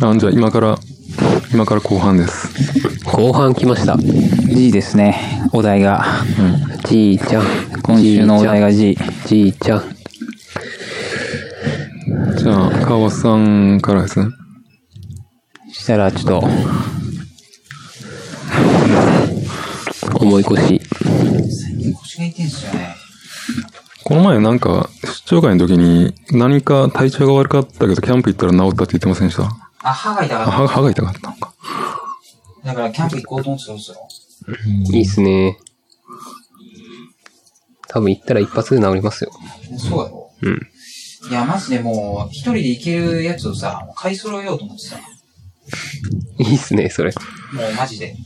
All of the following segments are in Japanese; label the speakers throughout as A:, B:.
A: あ、じゃあ今から、今から後半です。
B: 後半来ました。
C: G ですね。お題が。
B: じいちゃん。
C: 今週のお題が G。
B: じいちゃん。
A: じゃあ、川さんからですね。
C: したら、ちょっと、
B: 思い越し。
C: 腰が痛いんすよね。
A: この前なんか、出張会の時に何か体調が悪かったけど、キャンプ行ったら治ったって言ってませんでした
C: あ、歯が痛
A: あ、歯歯が痛かったのか。
C: だから、キャンプ行こうと思ってたんですよ。
B: いいっすね。多分行ったら一発で治りますよ。
C: そうだろ
B: うん。
C: いや、マジでもう、一人で行けるやつをさ、もう買い揃えようと思ってた。
B: いいっすね、それ。
C: もうマジで。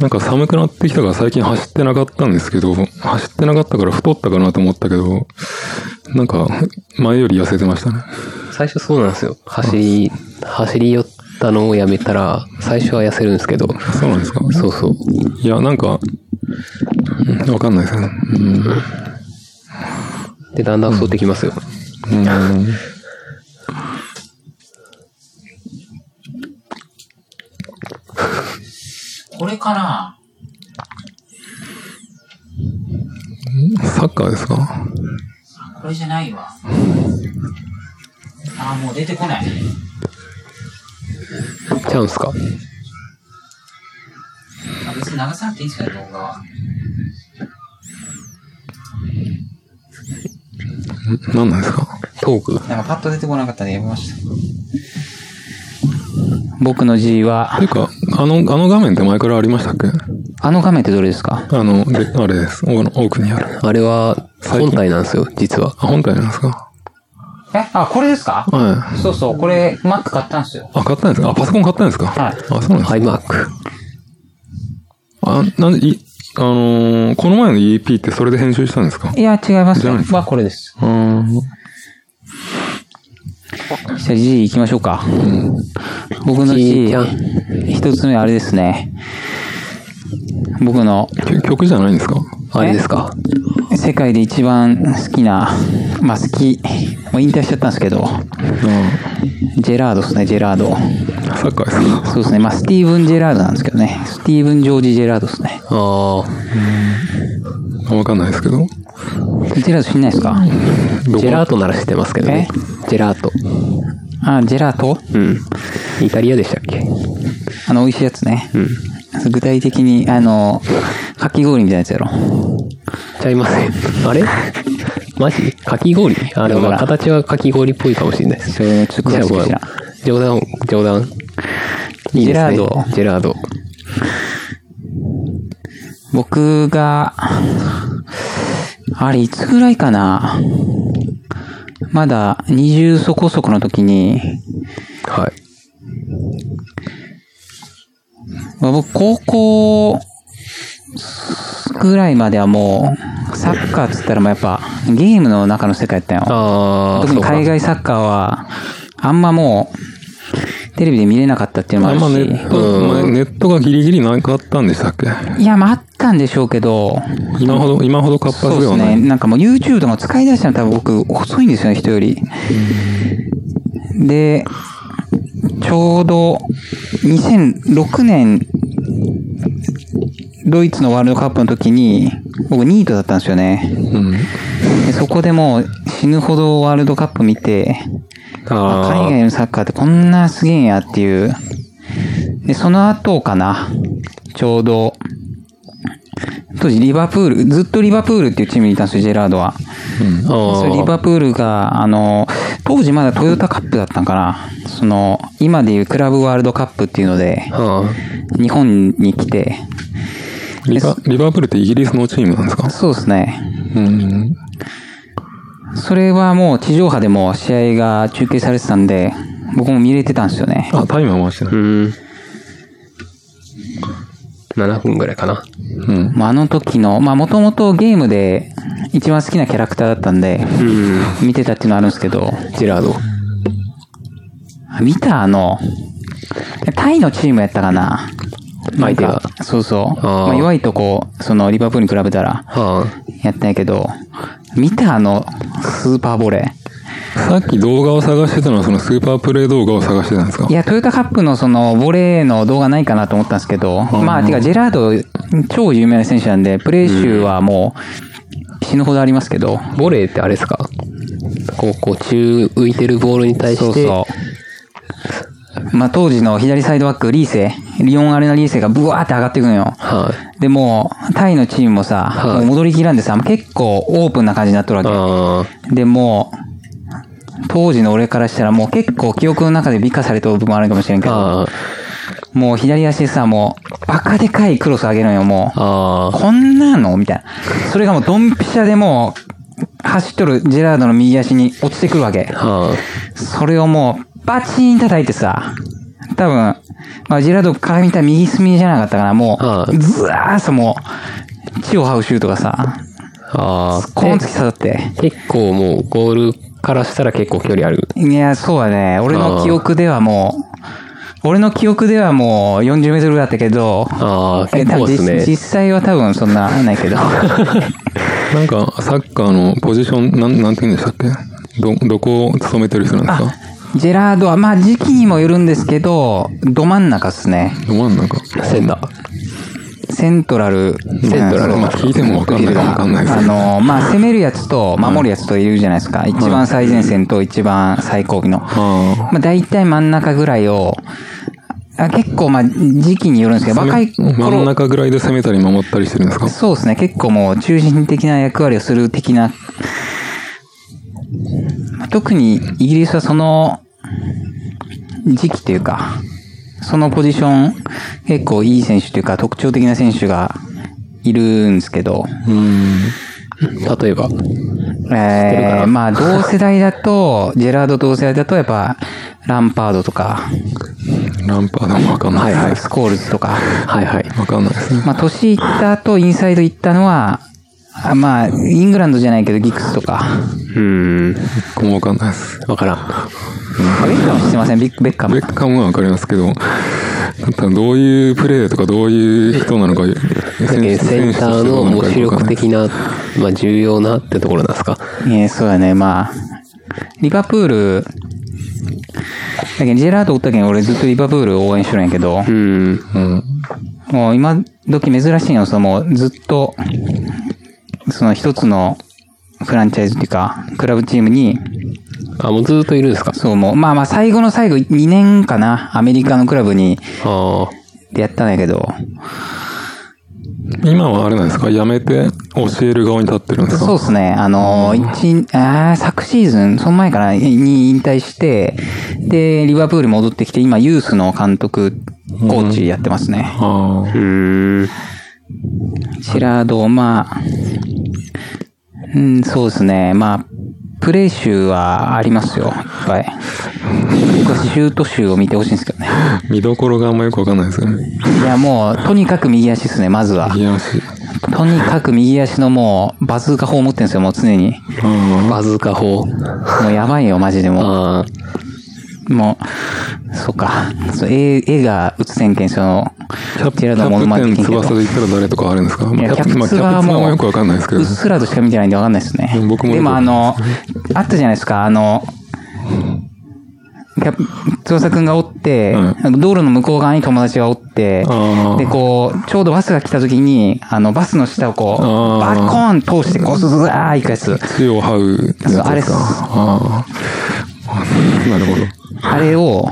A: なんか寒くなってきたから最近走ってなかったんですけど、走ってなかったから太ったかなと思ったけど、なんか、前より痩せてましたね。
B: 最初そうなんですよ。走り、走り寄ったのをやめたら、最初は痩せるんですけど。
A: そうなんですか
B: そうそう。
A: いや、なんか、うんわかんないですね。うん。
B: で、だんだん太ってきますよ。
A: うん
C: これかな
A: サッカーですか
C: これじゃないわ。あー、もう出てこない。
B: ちゃうんすか
C: あ別に流さなくていいんすよね、動画は。
A: 何なんですか
B: トーク
C: なんかパッと出てこなかったんでやめました。僕の G は、
A: ていうか、あの、あの画面って前からありましたっけ
C: あの画面ってどれですか
A: あの、で、あれです。おの奥にある。
B: あれは、本体なんですよ、実は。
A: あ、本体なんですか
C: えあ、これですか
A: はい。
C: そうそう、これ、Mac 買ったんですよ。
A: あ、買ったんですかあ、パソコン買ったんですか
C: は
A: あ、
C: い
A: そうなんですか
B: iMac。
A: あ、なんで、い、あのーこの前の EP ってそれで編集したんですか
C: いや、違います
A: じゃないで
C: ね。
A: す
C: は、これです。
A: うーん。
C: じゃあ G 行きましょうか。僕の
B: G
C: G
B: ちゃん、
C: 一つ目あれですね。僕の
A: き曲じゃないんですか
B: あれですか
C: 世界で一番好きな、まあ好き、もう引退しちゃったんですけど、
A: うん。
C: ジェラードですね、ジェラード。
A: サッカーですか
C: そうですね、まあスティーブン・ジェラードなんですけどね。スティーブン・ジョージ・ジェラードですね。
B: あ
A: あわかんないですけど。
C: ジェラード知んないですか
B: あ。ジェラートなら知ってますけどね。ジェラート。
C: あ、ジェラート
B: うん。イタリアでしたっけ
C: あの、美味しいやつね。具体的に、あの、かき氷みたいなやつやろ。
B: ちゃいますね。あれマジかき氷あれ、
C: だか
B: まあ
C: ら
B: 形はかき氷っぽいかもしれないです。
C: それちょっと
B: じゃ
C: 詳
B: あ
C: しく知らん。
B: 冗談、冗談。いいですね。
C: ジェラード
B: ジェラード。
C: 僕が、あれ、いつぐらいかなまだ、二十そこそこの時に、
B: はい。
C: まあ僕、高校ぐらいまではもう、サッカーっつったらもうやっぱ、ゲームの中の世界やったよ。
B: ああ、
C: 特
B: そ
C: に
B: うか
C: 海外サッカーは、あんまもう、テレビで見れなかったっていうの
A: あん
C: も
A: ま
C: あ
A: ネ
C: るし。
A: ット、まあネットがギリギリなかったんでしたっけ
C: いや、まあ、あったんでしょうけど、
A: 今ほど、今ほど活
C: そう
A: 発で
C: で
A: は
C: す
A: な
C: ね。
A: い。
C: なんかもう YouTube とか使い出したの多分僕遅いんですよね、人より。で、ちょうど2006年、ドイツのワールドカップの時に、僕ニートだったんですよね。
A: うん。
C: でそこでもう死ぬほどワールドカップ見て、あ
B: あ
C: 海
B: ー
C: 外のサッカーってこんなすげえんやっていう。で、その後かな。ちょうど。当時リバプール、ずっとリバプールっていうチームにいたんですよ、ジェラードは。
B: あ
C: それリ
B: ー。
C: バプールが、あの、当時まだトヨタカップだったんかな。その、今でいうクラブワールドカップっていうので、
B: あー
C: 日本に来て、
A: リバ、リバプールってイギリスのチームなんですか
C: そうですね。
A: うん。
C: それはもう地上波でも試合が中継されてたんで、僕も見れてたんですよね。
A: あ、タイマー回してな
B: う
A: い。
B: ん。7分ぐらいかな。
A: うん。
C: まあ、あの時の、まあ、もともとゲームで一番好きなキャラクターだったんで、
B: うん。
C: 見てたっていうのはあるんですけど、
B: ジェラード。
C: 見たあの、タイのチームやったかな
B: 相手が
C: なんかそうそう。
B: あー
C: まあ、弱いとこ、その、リバプールに比べたら、
B: あ
C: やったんやけど、見たあの、スーパーボレー。
B: あ。
A: さっき動画を探してたのは、そのスーパープレイ動画を探してたんですか
C: いや、トヨタカップのその、ボレーの動画ないかなと思ったんですけど、まあ、てか、ジェラード、超有名な選手なんで、プレー集はもう、死ぬほどありますけど、
B: ボレーってあれですかこう、こう、中浮いてるボールに対して、
C: そうそう。まあ、当時の左サイドバック、リーセ、リオンアレナリーセがブワーって上がっていくのよ。
B: はい。
C: で、もう、タイのチームもさ、
B: はい
C: もう戻りきらんでさ、結構オープンな感じになっとるわ
B: あ
C: け。で、もう、当時の俺からしたらもう結構記憶の中で美化された部分もあるかもしれん
B: あ、
C: けど、
B: ああ、
C: もう左足でさ、もう、バカでかいクロス上げるのよ、もう。
B: ああ、
C: こんなのみたいな。それがもうドンピシャでもう、走っとるジェラードの右足に落ちてくるわけ。
B: は
C: それをもう、バチーン叩いてさ、多分、まあ、ジェラードから見たら右隅じゃなかったから、も
B: は
C: う、ずらーっともう、血を這うシュートがさ、
B: あ、ああ、
C: この突き刺さって。
B: 結構もう、ゴールからしたら結構距離ある。
C: いや、そうだね。俺の記憶ではもう、俺の記憶ではもう40メートルぐらいだったけど、
B: ああ、
C: え
B: 結構です
C: 多分実実
B: ね。
C: 際は多分そんなないけど。
A: なんか、サッカーのポジション、なん、なんて言うんでしたっけど、どこを務めてる人なんですか
C: ジェラードは、まあ時期にもよるんですけど、ど真ん中っすね。
A: ど真ん中。
B: センター。
C: セントラル。セ
A: ントラル
C: うん
A: まあ聞いてもわかんないわかんないです
C: あの、まあ、攻めるやつと守るやつといるじゃないですか。一番最前線と一番最後尾の。
A: あ
C: まあ、大体真ん中ぐらいを、あ結構、まあ、時期によるんですけ
A: あ。
C: ど、若い
A: 攻め真ん
C: 頃、
A: 中ぐらいで攻めたり守ったりしてるんですか
C: そうですね、結構もう中心的な役割をする的な、まあ特にイギリスはその時期というか、そのポジション、結構いい選手というか特徴的な選手がいるんですけど、
A: うん。
B: 例えば。るか
C: え
B: な
C: ー、まあ同世代 だと、ジェラード同世代だとやっぱ、ランパードとか、
A: ランパードもわかんないですね。
C: スコールズとか、
B: はいはい。
A: わかんないですね。
C: まあ年いった後、インサイド行ったのは、あまあ、イングランドじゃないけど、ギクスとか、
B: うーん。
A: 一個もわかんないです。
B: わからん。
C: あベッカムすいません、ビッグベッカ
A: ベ
C: ム。
A: ッカムはわかりますけど、ただどういうプレーとかどういう人なのか、
B: え
A: 選
B: センターの
A: 選手と
B: も
A: してどうなの
B: う主
A: かよくわかん
B: 力
A: ない
B: 的な、まあ重要なってところなんですか。
C: えー、そうだね、まあ、リバプール、だけどジェラードおったけん、俺ずっとリバプール応援しとるんやけど
B: う、ーん。
A: うん。
C: もう今時珍しいの、その、ずっと、その一つのフランチャイズっていうか、クラブチームに、
B: あ、もうずーっといるんですか。
C: そうもう、まあまあ最後の最後2年かな、アメリカのクラブに、
B: ああ。
C: でやったんやけど、
A: 今はあれなんですかやめて教える側に立 ってるんですか
C: そうですね、あの、一、あー昨シーズン、その前からに引退して、で、リバプール戻ってきて、今ユースの監督、コーチやってますね。
A: ああ
B: う。ーん。
C: シラード、まあ、うん、そうですね。まあ、プレー集はありますよ。いっぱい。僕はシュート集を見てほしいんですけどね。
A: 見どころがあんまよくわかんないですよね。
C: いや、もう、とにかく右足ですね、まずは。
A: 右足。
C: とにかく右足のもう、バズーカ砲持ってるんですよ、もう常に。
A: あ
B: バズーカ砲。
C: もうやばいよ、マジでも
B: ああ。
C: う。もう、そうか。そう絵、絵が映せんけん、その、
A: あ。キャプ
C: ジェ
A: キ
C: ラ
A: ャ
C: ードはモノマネで
A: プ
C: き
A: テ
C: ん
A: ン
C: けど。
A: 翼で言ったら誰とかあるんですか
C: い
A: まあ
C: や
A: キャプまあキャプツ
C: は
A: バ
C: もう
A: はよくわかんないですけど
C: うっ。すらとしか見てないんでわかんないですね。
A: 僕も
C: でもあの
A: よ、
C: あったじゃないですか、あの、キャプ翼くんがおって、
A: う
C: 道路の向こう側に友達がおって
A: あ、ー
C: で、こう、ちょうどバスが来た時に、あの、バスの下をこう、
A: あー
C: バコーン通して、こう、ずらー行くやつ。
A: 血を這うやつです
C: そう
A: か。
C: あれっす
A: ああ。なるほど。
C: あれを、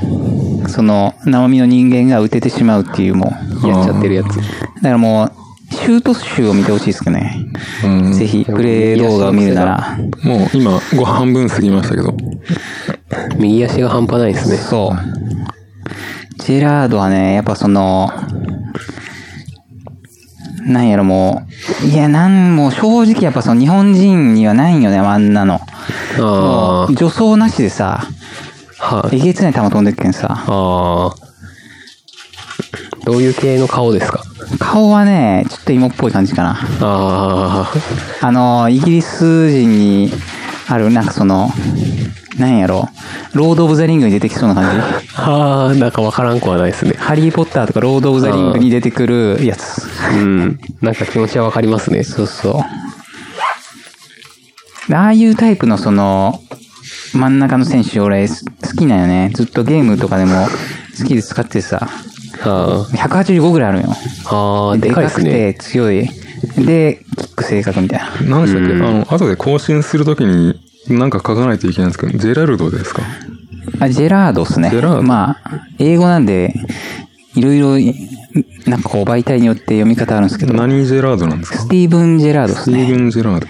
C: その、ナオミの人間が打ててしまうっていう、もう、
B: やっちゃってるやつ。
C: だからもう、シュート集を見てほしいですけどね。
A: うん
C: ぜひ、プレイ動画を見るなら。
A: もう今、ご半分過ぎましたけど。
B: 右足が半端ないですね。
C: そう。ジェラードはね、やっぱその、なんやろもう、いや、なん、もう正直やっぱその日本人にはないんよね、あんなの。
B: あ
C: 助走なしでさ、
B: あ。はい。
C: えげつない球飛んでっけんさ。
B: ああ。どういう系の顔ですか
C: 顔はね、ちょっと芋っぽい感じかな。
B: あ
C: あの、イギリス人にある、なんかその、なんやろロード・オブ・ザ・リングに出てきそうな感 じ。
B: あ。ああ、なんかわからんくはないですね。
C: ハリー・ポッターとかロード・オブ・ザ・リングに出てくるやつ。
B: うん。なんか気持ちはわかりますね。そう
C: そう。ああいうタイプのその、真ん中の選手俺す好きなんよね。ずっとゲームとかでも好きで使ってさ。
B: あ
C: 185ぐらいあるんよ。
B: あ。ああ、で
C: で
B: かいで
C: か
B: す
C: く
B: ね。
C: て強い。で、キック正確みたいな。
A: 何でしたっけあの、後で更新するときに、なんか書かないといけないんですけど、ジェラルドですか
C: あ、ジェラードっすね。
A: ジェラード
C: まあ、英語なんで、いろいろ、なんかこう媒体によって読み方あるんですけど、
A: 何ジェラードなんですか
C: スティーブン・ジェラードで
A: ス
C: す
A: ティー
C: ね。
A: ブン・ジェラー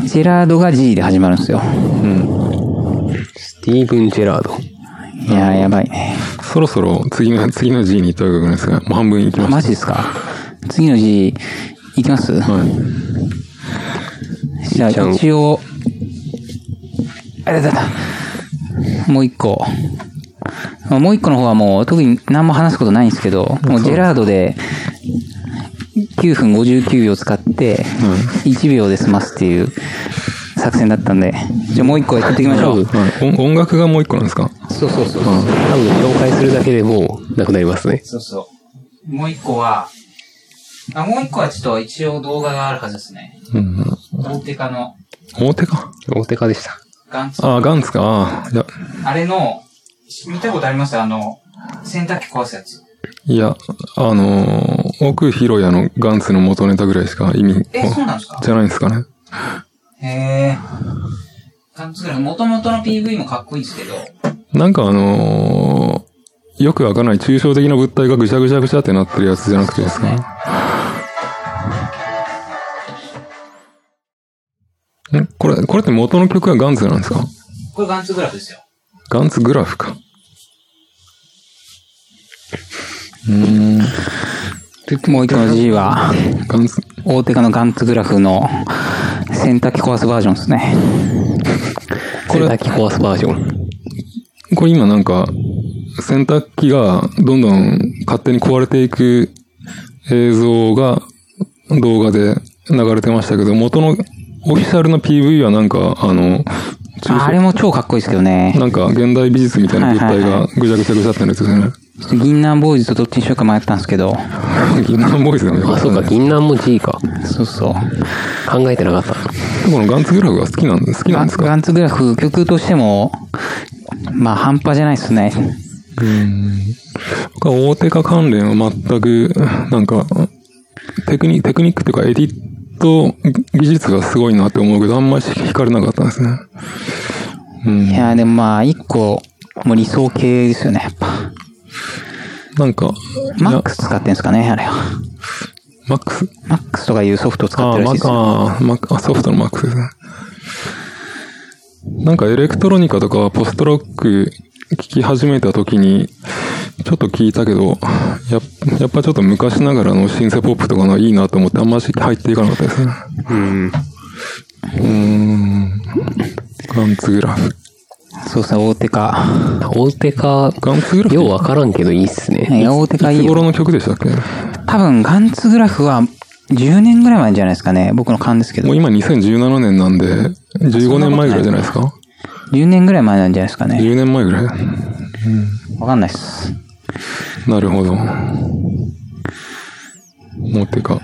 A: ド。
C: ジェラードが G で始まるんですよ。
B: スティーブン・ジェラード。
C: いやー、やばいね。
A: そろそろ次の、次の G に行ったわけなんですが、もう半分行きました。
C: マジですか次の G、いきます
A: はい。
C: じゃあ
B: ちゃう
C: 一応、あれだだ。もう一個。まあもう一個の方はもう特に何も話すことないんですけど、もうジェラードで9分59秒使って1秒で済ますっていう作戦だったんで、じゃあもう一個やっていきましょう。
A: はい音音楽がもう一個なんですか
B: そうそうそう。多分紹介するだけでもうなくなりますね。
C: そうそう。もう一個は、あもう一個はちょっと一応動画があるはずですね。
A: うん。
C: 大手化の
A: 大手か。
B: 大手化でした。
C: ガンツ
A: あ、ガンツか。あいや、
C: あれの、見たことありますあの、洗濯機壊すやつ。
A: いや、あのー、奥広也のガンツの元ネタぐらいしか意味、
D: え、そうなんですか
A: じゃないんですかね。
D: へえ。感じがもともとの PV もかっこいいんですけど、
A: なんかあのー、よくわかんない抽象的な物体がぐしゃぐしゃぐしゃってなってるやつじゃなくてですか、んこれ、これって元の曲はガンツなんですか
D: これガンツグラフですよ。
A: ガンツグラフか。うーん、
C: もう一個の G は、
A: ガンツ、
C: 大手化のガンツグラフの洗濯機壊すバージョンですね。
B: これだけ壊すバージョン。
A: これ今なんか、洗濯機がどんどん勝手に壊れていく映像が動画で流れてましたけど、元のオフィシャルの PV はなんか、あの、中
C: ああれも超かっこいいですけどね。
A: なんか現代美術みたいな物体
C: はいはい
A: がぐちゃぐちゃぐちゃってなるやつですよ ね。
C: ちょっと銀杏ボーイズとどっちにしようか迷ったんですけど、
A: 銀杏ボーイズでもよか
B: あ、
A: っ
B: そ
A: た
B: うか、
A: ね。
B: 銀杏も G か。
C: そうそう。
B: 考えてなかった。
A: このガンツグラフが好きなんです、好きな
C: ガ
A: ん
C: ン
A: ですか
C: ガンツグラフ、曲としても、まあ半端じゃないですね。
A: 僕は大手化関連は全く、なんか、テクニテクニックというかエディット技術がすごいなって思うけど、あんまり惹かれなかったんですね。うん
C: い。やーでもまあ一個、もう理想系ですよね、やっぱ。
A: なんか、
C: マックス使ってんですかね、あれ
A: いや
C: は。
A: マックス
C: マックスとかいうソフトを使っ
A: あ
C: て
A: あ、
C: るら
A: マ
C: し
A: ッ
C: いです
A: ク、
C: よ。
A: ああ、マック、あ、ソフトのマックスですね。なんかエレクトロニカとかポストロック聞き始めた時に、ちょっと聞いたけど、やっ、やっぱちょっと昔ながらのシンセポップとかのいいなと思ってあんまし入っていかなかったですね。
B: うん。
A: うーん。ガンツグラフ。
C: そうそう、大手化。
B: 大手化、
A: ガンツグラフ
B: ようわからんけどいいっすね。
C: ね大手化い
A: い
C: い
A: つ
C: よ。
A: 頃の曲でしたっけ
C: 多分、ガンツグラフは10年ぐらい前じゃないですかね。僕の勘ですけど
A: もう。今2017年なんで、15年前ぐらいじゃないですか
C: 10年ぐらい前なんじゃないですかね。
A: ?10 年前ぐらい。
C: わかんないっす。
A: なるほど。もうてか。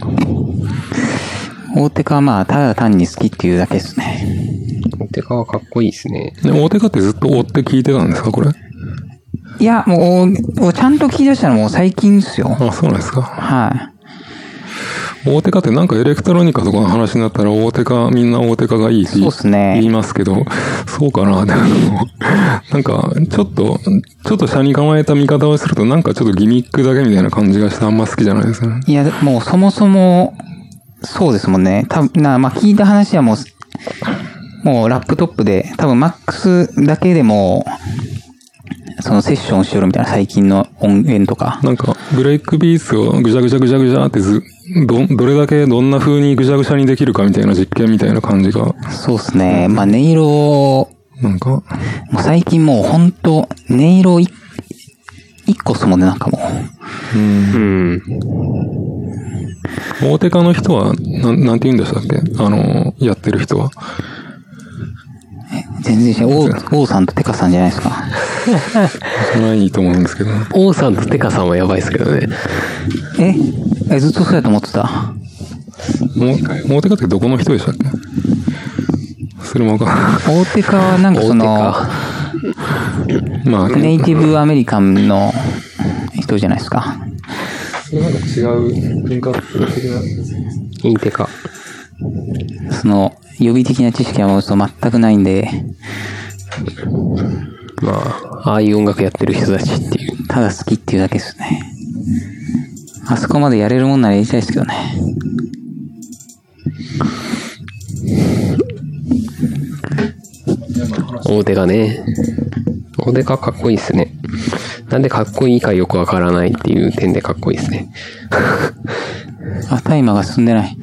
C: 大手化はまあ、ただ単に好きっていうだけですね。
B: 大手化はかっこいいっすね。
A: で、大手かってずっと追って聞いてたんですかこれ。
C: いや、もう、おちゃんと聞き出したのもう最近ですよ。
A: あ、そうなんですか。
C: は
A: 大手かってなんかエレクトロニカとかの話になったら大手か、みんな大手かがいいし。
C: そうっすね
A: 言いますけど、そうかな。でも、なんか、ちょっと、ちょっと車に構えた見方をすると、なんかちょっとギミックだけみたいな感じがしてあんま好きじゃないですね。
C: い。いや、もうそもそも、そうですもんね。たぶん、な、まあ聞いた話はもう、もうラップトップで、多分マックスだけでも、そのセッションしよるみたいな最近の音源とか。
A: なんか、ブレイクビースをぐちゃぐちゃぐちゃぐちゃってず、ど、どれだけどんな風にぐちゃぐちゃにできるかみたいな実験みたいな感じが、
C: そうですね。まあ音色を
A: なんか、
C: もう最近もうほんと、音色い一個っすもんね、なんかもう。
B: うん。
A: 大手家の人は、なん、なんて言うんでしたっけあの、やってる人は。
C: 全然しない。王王さんとテカさんじゃないですか。
A: それはいいと思うんですけどね。
B: 王さんとテカさんはやばいっすけどね。
C: ええ、ずっとそうやと思ってた。
A: も大手家ってどこの人でしたっけそそれもわか
C: 大手化はなんかその、
A: んない。まあ、
C: ネイティブアメリカンの人じゃないですか。
A: それなんか違う文化的な。
B: インテカ。
C: その、予備的な知識はもう全くないんで、
B: まあ、ああいう音楽やってる人たちっていう。
C: ただ好きっていうだけですね。あそこまでやれるもんならやりたいですけどね。
B: 大手がね。大手がかっこいいっすね。なんでかっこいいかよくわからないっていう点でかっこいいっすね。
C: あ、タイマーが進んでない。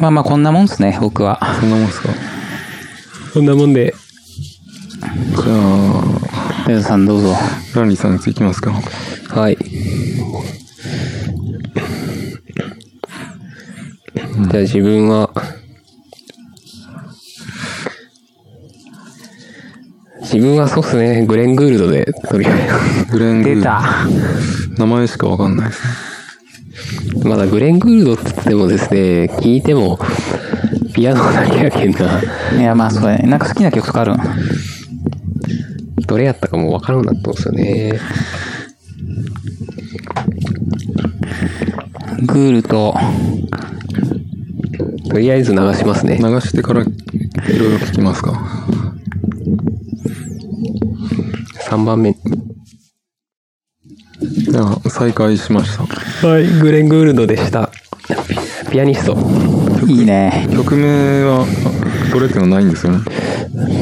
C: まあまあこんなもんっすね、僕は。
A: そんなもんすか。
B: そんなもんで。
A: じゃあ、
C: レズさんどうぞ。
A: ランリーさんのやついきますか。
B: はい。じゃあ自分は、自分はそうっすね、グレン・グールドで、とりあえず。
A: グレングー
C: 出
A: ルド
C: た。
A: 名前しかわかんないですね。
B: まだグレン・グールドって言ってもですね、聞いても、ピアノだけやけんな。
C: いやまあそうだね。なんか好きな曲とかあるん
B: どれやったかもうわからんなったんですよね。
C: グール と、
B: とりあえず流しますね
A: 流。してからいろいろ聞きますか。
B: 3番目。
A: じゃあ、再開しました。
B: はい、グレン・グールドでした。ピピアニスト。
C: いいね。
A: 曲名は、あどれっていうのはないんですよね。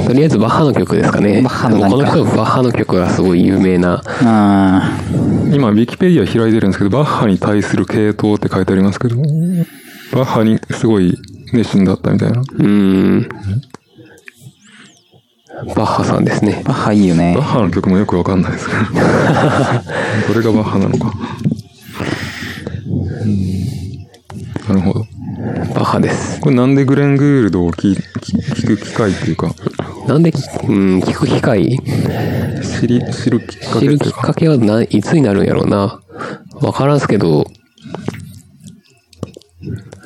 B: とりあえずバッハの曲ですかね。
C: バッハの何か
B: この人バッハの曲がすごい有名な。
C: うん。
A: 今、ウィキペディア開いてるんですけど、バッハに対する系統って書いてありますけど、バッハにすごい熱心だったみたいな。
B: うーん。バッハさんですね。
C: バッハいいよね
A: バッ。ハの曲もよくわかん ないですけど。どれがバッハなのか。うんなるほど。
B: バッハです。
A: これなんでグレン・グールドを聞聞聞く機会っていうか、
B: なんでき、うん、聞く機会、
A: 知り、知るきっか
B: 知
A: けっ
B: る
A: て
B: き
A: い
B: っ
A: うか、
B: かけはな、いつになるんやろうな。わからんすけど、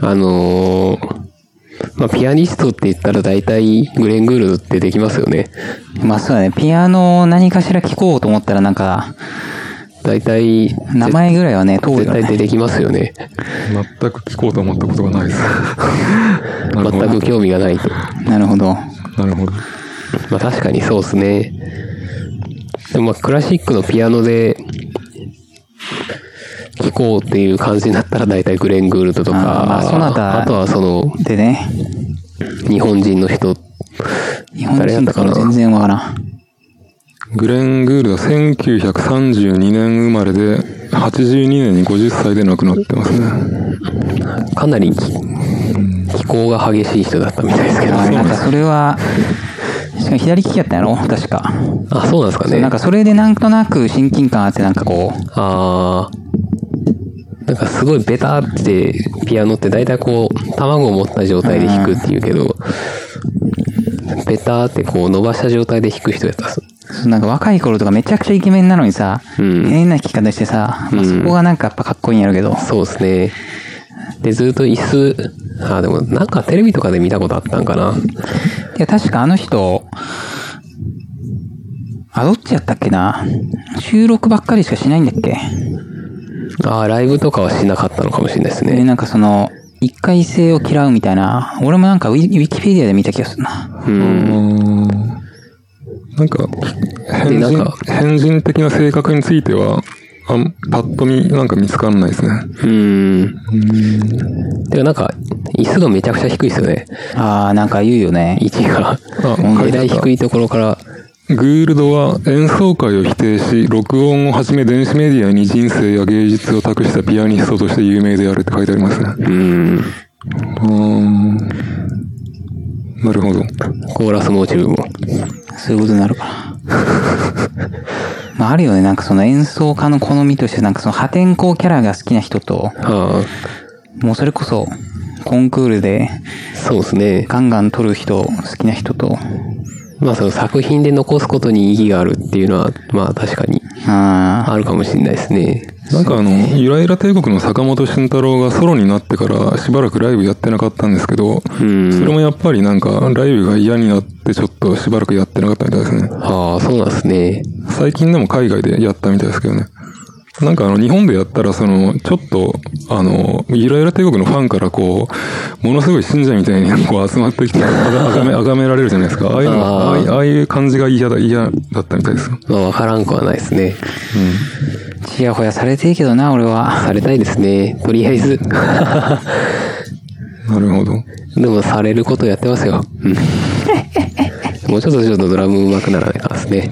B: あのーまあ、ピアニストって言ったら大体グレン・グールドってできますよね。
C: まあそうだね。ピアノを何かしら聴こうと思ったらなんか、
B: 大体、
C: 名前ぐらいはね、通る
B: 絶
C: よ
B: 対
C: ね。
B: 出てきますよね。
A: 全く聞こうと思ったことがない です。なるほ
B: 全
A: ど。
B: く興味がないと。ま
C: なるほど。
A: なるほど。
B: あ確かにそうですね。でもまあクラシックのピアノで聴こうっていう感じになったら大体グレン・グールドと
C: あーま
B: か、
C: あその他
B: あとはその
C: でね、
B: 日本人の人、
C: 日本
B: 誰や
C: 人
B: っ
C: と
B: た
C: か
B: か
C: も
B: な
C: 全然わからん。
A: グレン・グールドは1932年生まれで、82年に50歳で亡くなってますね。
B: かなり気気候が激しい人だったみたいですけど、
C: あなんかそれは、しかも左利きやったんやろ確か。
B: あ、そうなんですかね。
C: なんかそれでなんとなく親近感あってなんかこう、
B: あーなんかすごいベタって、ピアノって大体こう、卵を持った状態で弾くっていうけど、ベタってこう伸ばした状態で弾く人やったっす。
C: そうなんか若い頃とかめちゃくちゃイケメンなのにさ、
B: うん
C: 変な弾き方してさ、まあ、そこがなんかやっぱかっこいいんやろうけど、
B: そうですね。で、ずっと椅子、あー、でもなんかテレビとかで見たことあったんかな。
C: いや、確かあの人、あ、どっちやったっけな収録ばっかりしかしないんだっけ
B: あーライブとかはしなかったのかもしれないです
C: で、
B: ね。
C: なんかその、一回性を嫌うみたいな、俺もなんかウィウィキペディアで見た気がするな。
B: うん。
A: うん。なんか、変
B: なん
A: 人
B: か、
A: 変人的な性格については、あんパッと見、なんか見つかんないですね。
B: うん。でもなんか、椅子がめちゃくちゃ低いですよね。
C: あー、なんか言うよね。
B: 位置が。
A: 書
B: え
A: いて
B: ら
A: あ
B: い
A: った
B: 低いところから、
A: グールドは演奏会を否定し、録音をはじめ電子メディアに人生や芸術を託したピアニストとして有名であるって書いてありますね。
B: うん。
A: うーん。なるほど。
B: コーラスも落ちるも。
C: そういうことになる から。まあ、あるよね。なんかその演奏家の好みとして、なんかその破天荒キャラが好きな人と、
B: あ
C: もうそれこそ、コンクールで
B: あ、そうですね。
C: ガンガン撮る人、好きな人と、
B: まあその作品で残すことに意義があるっていうのは、まあ確かに
C: あ
B: あるかもしれないですね。
A: なんかあの、ゆらゆら帝国の坂本慎太郎がソロになってからしばらくライブやってなかったんですけど、
B: ん
A: それもやっぱりなんかライブが嫌になってちょっとしばらくやってなかったみたいですね。
B: ああ、そうなんですね。
A: 最近でも海外でやったみたいですけどね。なんかあの、日本でやったら、その、ちょっと、あの、ゆらゆら帝国のファンからこう、ものすごい信者みたいにこう集まってきて、あがあがめ、あがめられるじゃないですか。ああいうの、あ
B: あー
A: あいうああいう感じが嫌だ、嫌だったみたいですよ。
B: まあ、わからんくはないですね。
C: ちやほやされていいけどな、俺は。
B: されたいですね。とりあえず。
A: なるほど。
B: でも、されることやってますよ。うんもうちょっとちょっとドラム上手くならないからですね。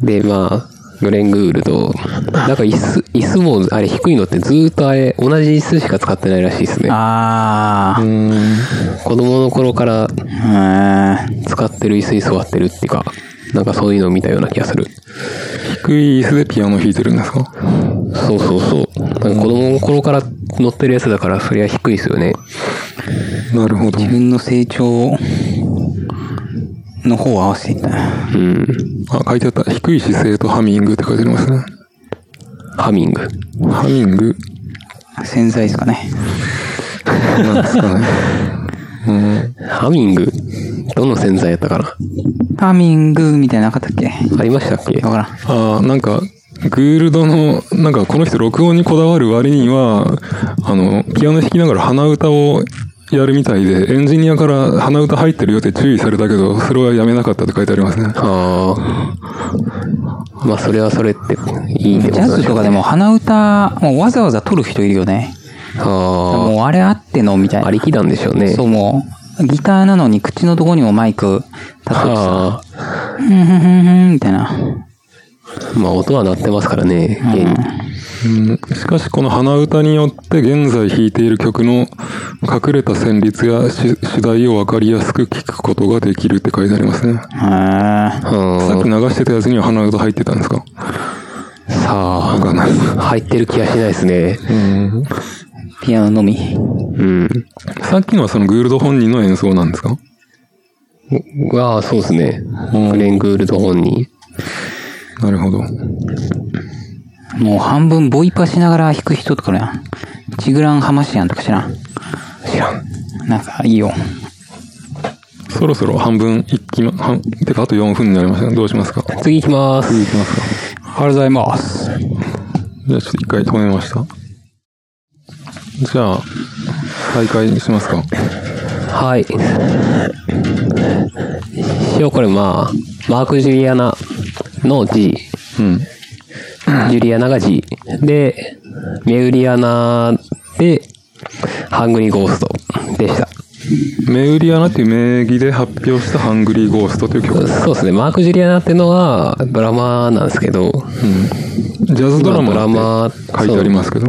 B: で、まあ、グレン・グールド。なんか椅子、椅子も、あれ低いのってずーっとあれ、同じ椅子しか使ってないらしいですね。
C: あー。
B: 子供の頃から
C: う
B: 使ってる椅子に座ってるっていうか、なんかそういうのを見たような気がする。
A: 低い椅子でピアノ弾いてるんですか
B: そうそうそう。なんか子供の頃から乗ってるやつだから、そりゃ低いですよね。
A: なるほど。
C: 自分の成長の方を合わせていったな。
B: うん。
A: あ、書いてあった。低い姿勢とハミングって書いてありますね。
B: ハミング。
A: ハミング、
C: 潜在ですかね。
A: なんですかね。うん。
B: ハミングどの洗剤やったかな
C: タミングみたいなのなかったっけ
B: ありましたっけ
C: わか
A: ああ、なんか、グールドの、なんかこの人録音にこだわる割には、あの、ピアノ弾きながら鼻歌をやるみたいで、エンジニアから鼻歌入ってるよって注意されたけど、それはやめなかったって書いてありますね。
B: ああ。まあ、それはそれって、いいって
C: らん。ジャ
B: ことなん
C: ズ
B: でしょ
C: と
B: う
C: か
B: か
C: で
B: ね。
C: も鼻歌、もうわざわざ撮る人いるよね。
B: あ
C: もうあれあってのみたい
B: あ。あ
C: な。
B: りきなんでしょうね。
C: そうもう、ギターなのに口のとこにもマイク立っててさ、
B: ああ。
C: ふんふんふんふんみたいな。
B: まあ、音は鳴ってますからね。現に
A: うん、しかしこの鼻歌によって現在弾いている曲の隠れた旋律や主主題をわかりやすく聞くことができるって書いてありますね。
C: へー
B: う
A: さっ
B: ん
A: き流してたやつには鼻歌入ってたんですか
B: さ
A: わかん
B: あ、
A: ない。
B: 入ってる気がしないですね。
A: うん。
C: ピアノのみ。
B: うん。
A: さっきのはそのグールド本人の演奏なんですか
B: ああ、そうですね。グレン・グールド本人。
A: なるほど。
C: もう半分ボイパしながら弾く人とかね。チグランハマシアンとか知らん。
B: 知らん。
C: なんかいいよ。
A: そろそろ半分いきま、半、てかあと4分になりましたね。どうしますか
B: 次行きます。
A: 次いきますか。
C: おはようございます。
A: じゃあちょっと一回止めました。じゃあ、再開しますか。
B: はい。一応これまあ、マーク・ジュリアナの G、
A: うん。
B: ジュリアナが G、で、メウリアナで、ハングリー・ゴーストでした。
A: メウリアナっていう名義で発表したハングリーゴーストという曲。
B: そうですね、マーク・ジュリアナってのはドラマーなんですけど、
A: ジャズドラマ
B: ドラマ
A: って書いてありますけど。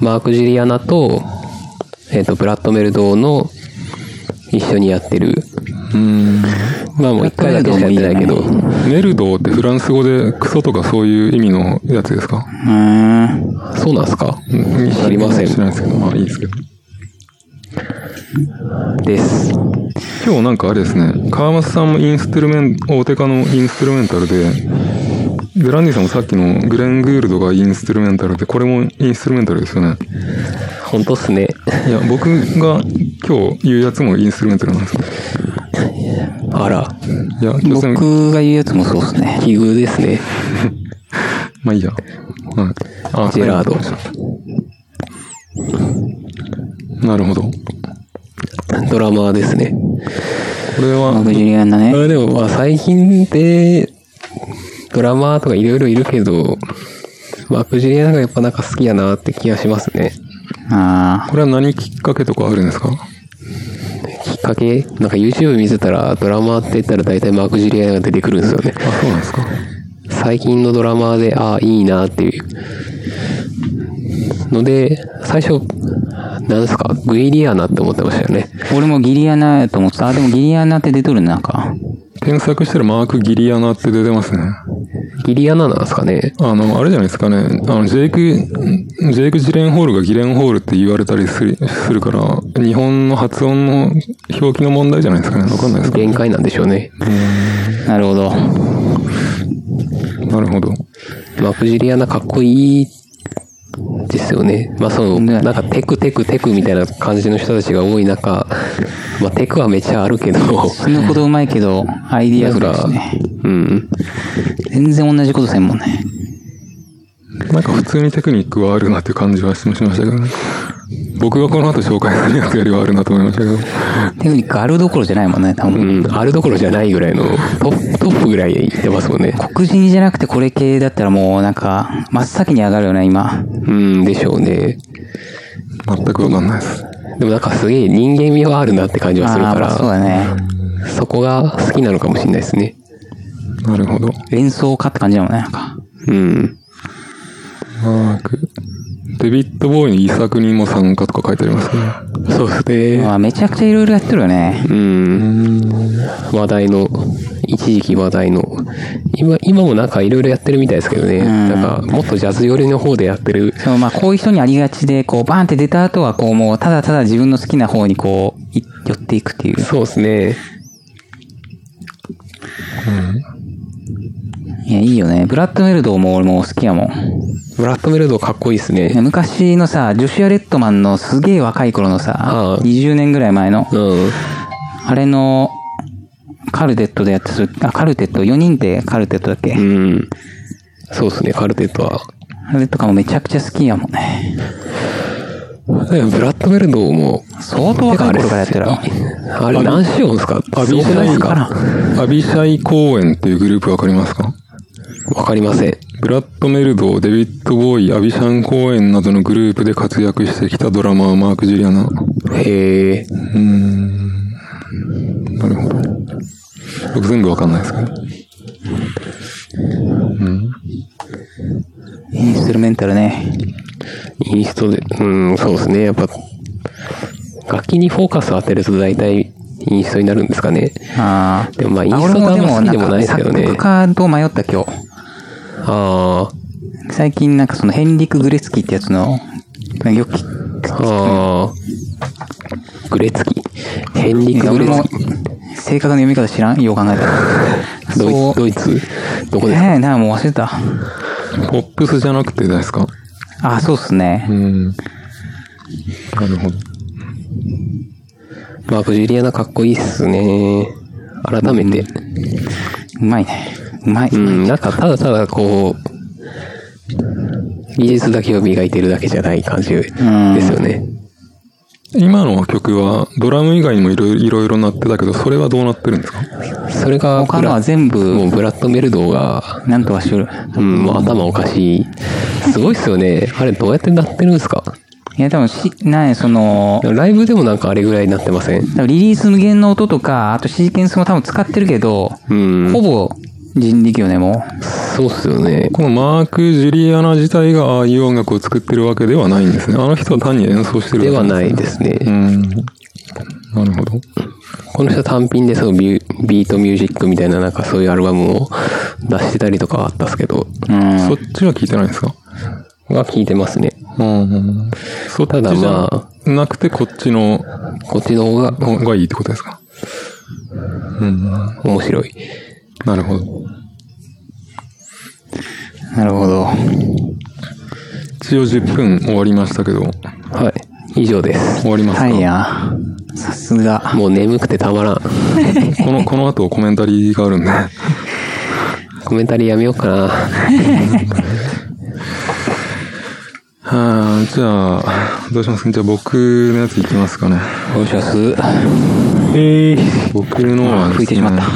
B: マーク・ジュリアナと、えっ、と、ブラッド・メルドーの一緒にやってる、
A: うん。
B: まあもう一回だけしかやってないけど、
A: メルドーってフランス語でクソとかそういう意味のやつですか
C: うーん。
B: そうなんですか
A: あ
B: 知りません
A: 知。らないですけど、まあいいですけど。
B: です。
A: 今日なんかあれですね、川松さんもインストゥルメン、大手家のインストゥルメンタルで、で、ランディさんもさっきのグレン・グールドがインストゥルメンタルで、これもインストゥルメンタルですよね。
B: 本当っすね。
A: いや、僕が今日言うやつもインストゥルメンタルなんですよ。
B: あら、
A: いや、今日さん、
C: 僕が言うやつもそうっすね。
B: 奇遇ですね。
A: まあいいや。はい。あ
B: ジェラード
A: なるほど。こ
B: ドラマーですね。
A: れ
C: マ
A: は、
C: グジュリアンだね。
B: あでもまあ最近で、ドラマーとかいろいろいるけど、マーク・ジュリアナがやっぱなんか好きやなって気がしますね。
C: あ
A: これは何きっかけとかあるんですか
B: きっかけなんか YouTube 見てたら、ドラマーって言ったら大体マーク・ジュリアナが出てくるんですよね。
A: あ、そうなんですか。
B: 最近のドラマーで、ああ、いいなっていう。ので、最初、なんですか、グイリアナって思ってましたよね。
C: あ。俺もギリアナやと思ってた。あ、でもギリアナって出とるね、なんか。
A: 検索したらマーク・ギリアナって出てますね。
B: ギリアナなんですかね。
A: あの、あれじゃないですかね。あの、ジェイク、ジェイク・ジレンホールがギレンホールって言われたりするするから、日本の発音の表記の問題じゃないですかね。わかんないですか
B: 限界なんでしょうね。
C: なるほど。
A: なるほど。
B: マーク・ジュリアナかっこいいですよね。まあその、
C: ね
B: なんかテクテクテクみたいな感じの人たちが多い中、まあテクはめちゃあるけど、
C: 死ぬほどうまいけど、アイディアフラですね。
B: うん。
C: 全然同じことせんもんね。
A: なんか普通にテクニックはあるなっていう感じはしましたけどね。僕がこの後紹介するやつよりはあるなと思いましたけど。
C: テクニックあるどころじゃないもんね、多分。
B: うん。あるどころじゃないぐらいの、トップ、トップぐらい行ってますもんね。
C: 黒人じゃなくてこれ系だったらもうなんか、真っ先に上がるよね、今。
B: うん、でしょうね。
A: 全くわかんないです。
B: でもなんかすげえ人間味はあるなって感じはする
C: ああー、
B: か
C: まあそう
B: ら、
C: だね。
B: そこが好きなのかもしれないですね。
A: なるほど。
C: 連想家って感じだもんね、なんか。
B: うん。
A: マーク。デビッド・ボーイの遺作にも参加とか書いてありますね。
B: そうですね。
C: まあめちゃくちゃいろいろやってるよね。
B: うん。話題の、一時期話題の、今、今もなんかいろいろやってるみたいですけどね。なんか、もっとジャズ寄りの方でやってる。
C: そのまあこういう人にありがちで、こうバーンって出た後はこうもうただただ自分の好きな方にこうい寄っていくっていう。
B: そうですね。
C: いや、いいよね。ブラッドメルドも俺もう好きやもん。
B: ブラッドメルドかっこいいです
C: いや
B: ね。
C: 昔のさ、ジョシュア・レッドマンのすげえ若い頃のさ
B: あ、あ
C: 20年ぐらい前の、
B: うん。
C: あれの、カルテットでやってる、あ、カルテット、4人でカルテットだっけ、
B: うん。そうですね、カルテットは。
C: あれとかもめちゃくちゃ好きやもんね。
B: でもブラッドメルドも、
C: 相当若い頃からやってるわ。
B: あれ何しようんですか
A: ア
B: す
A: ビ
B: ご
A: シ
B: くない
A: ャ
B: です
A: イ、
B: か
A: アビシャイ公演っていうグループわかりますか
B: わかりません。
A: ブラッド・メルド、デビッド・ボーイ、アビシャン公演などのグループで活躍してきたドラマーマーク・ジュリアナ。
B: へえ。
A: なるほど。僕全部わかんないですけど。
C: インストゥルメンタルね。
B: インストで、うん、そうですね。やっぱ、楽器にフォーカス当てると大体インストになるんですかね。
C: ああ。
B: でもまあイン
C: あ
B: ス
C: 俺
B: トがあ
C: も
B: ん
C: でも
B: ま好きでもない
C: ん
B: です
C: か
B: けど
C: 作
B: ね
C: 曲。家と迷った今日。
B: あ
C: 最近なんかそのヘンリク・グレツキーってやつの、よく聞
B: あ、ああ、グレツキ。ヘンリ
C: く、
B: ク・グ
C: 俺
B: レ
C: も
B: ツキ。
C: 正確な読み方知らんよう考えた ら。
B: ドイ
C: そう
B: ドイツどこですか
C: ええな、もう忘れた。
A: ポップスじゃなくてですか
C: あ、そうっすね
A: う。ん。なるほど。
B: マーク・ジュリアナかっこいいっすね。改めて。
C: うまいね。うまい。
B: うん、なんかただただこう、技術だけを磨いてるだけじゃない感じですよね。
A: 今の曲はドラム以外にもいろいろいろなってたけど、それはどうなってるんですか
B: それが、
C: 他のは全部、
B: もうブラッド・メルドーが、
C: なんとかしよる。
B: うん、もう頭おかしい。すごいっすよね。あれどうやってなってるんですか
C: いや、多分し、なんやその、
B: ライブでもなんかあれぐらいになってません
C: 多分リリース無限の音とか、あとシーケンスも多分使ってるけど、
B: うん。
C: ほぼ人力よね、も
B: そうっすよね。
A: このマーク・ジュリアナ自体がああいう音楽を作ってるわけではないんですね。あの人は単に演奏してる
B: で
A: だ
B: は
A: け
B: ないです
A: う
B: ね。
A: ん。なるほど。
B: この人単品でそのビュビートミュージックみたいななんかそういうアルバムを出してたりとかはあったっすけど、
C: う。うん。
A: そっちは聞いてないですか
B: は聞いてますね。
A: うん。そった
B: だ
A: ちじ
B: ま
A: ゃなくてこっちの
B: こっちの方が
A: 方がいいってことですかうん。
B: 面白い。
A: なるほど。
C: なるほど。
A: 一応10分終わりましたけど、
B: はい。以上です。
A: 終わりますか、
C: はいや。さすが。
B: もう眠くてたまらん。
A: この、この後コメンタリーがあるんで。
B: コメンタリーやめようかな。
A: はあ、じゃあ、どうしますじゃあ僕のやついきますかね。
C: おしゃす。
A: えー、僕のはですね。
C: 吹いてしまった。
A: え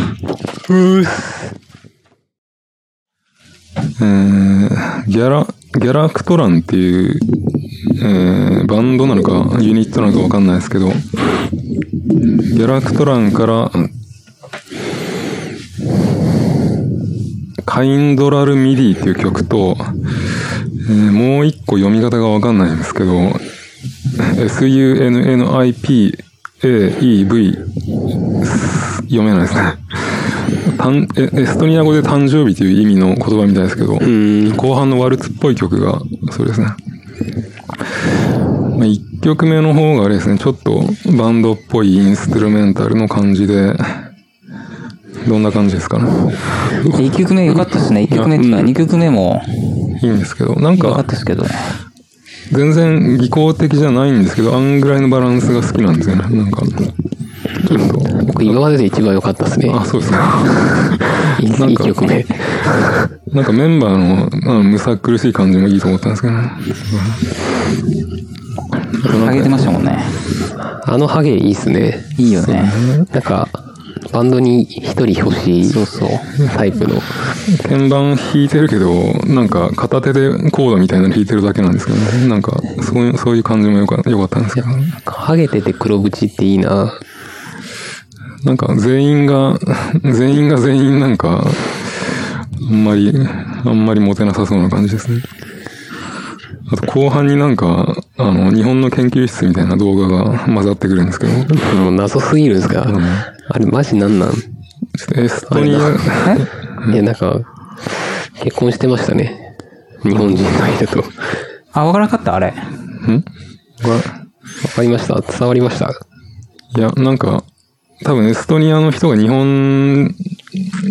A: ーギャラ、ギャラクトランっていう、えーバンドなのか、ユニットなのかわかんないですけど、ギャラクトランから、カインドラルミディっていう曲と、えーもう一個読み方がわかんないんですけど、SUNNIPAEV 読めないですね。たんえエストニア語で誕生日という意味の言葉みたいですけど、後半のワルツっぽい曲が、そうですね。まあ、1曲目の方があれですね、ちょっとバンドっぽいインストゥルメンタルの感じで、どんな感じですかね。
C: 1曲目良かったっすね。1曲目っていうか、2曲目も
A: いいんですけど、なん
C: 良か
A: か
C: ったっ、すけどね。
A: 全然技巧的じゃないんですけど、あんぐらいのバランスが好きなんですよね。なんか、ちょっと。
B: 僕今までで一番良かったですね。
A: あ、そうですね。
B: 1曲目。
A: なんかメンバーのあのむさ苦しい感じもいいと思ったんですけどね。
C: 上げてましたもんね。
B: あのハゲいいっすね。
C: いいよね。
B: なんか、バンドに一人欲しい
C: そうそう。
B: タイプの。
A: 鍵盤弾いてるけど、なんか片手でコードみたいなの弾いてるだけなんですけどね。なんか、そういう、そういう感じもよかよかったんですけど、ね、
B: ハゲてて黒縁っていいな。
A: なんか全員が、全員が全員なんか、あんまり、あんまりモテなさそうな感じですね。あと後半になんか、あの、日本の研究室みたいな動画が混ざってくるんですけど、ちょっ
B: もう謎すぎるんですが。
A: ん
B: あれマジなんなん
A: とエストニア、
B: いや、なんか、結婚してましたね。日本人の人と。わ
C: あ、わからなかったあれ。
B: かりました伝わりました
A: いや、なんか、多分エストニアの人が日本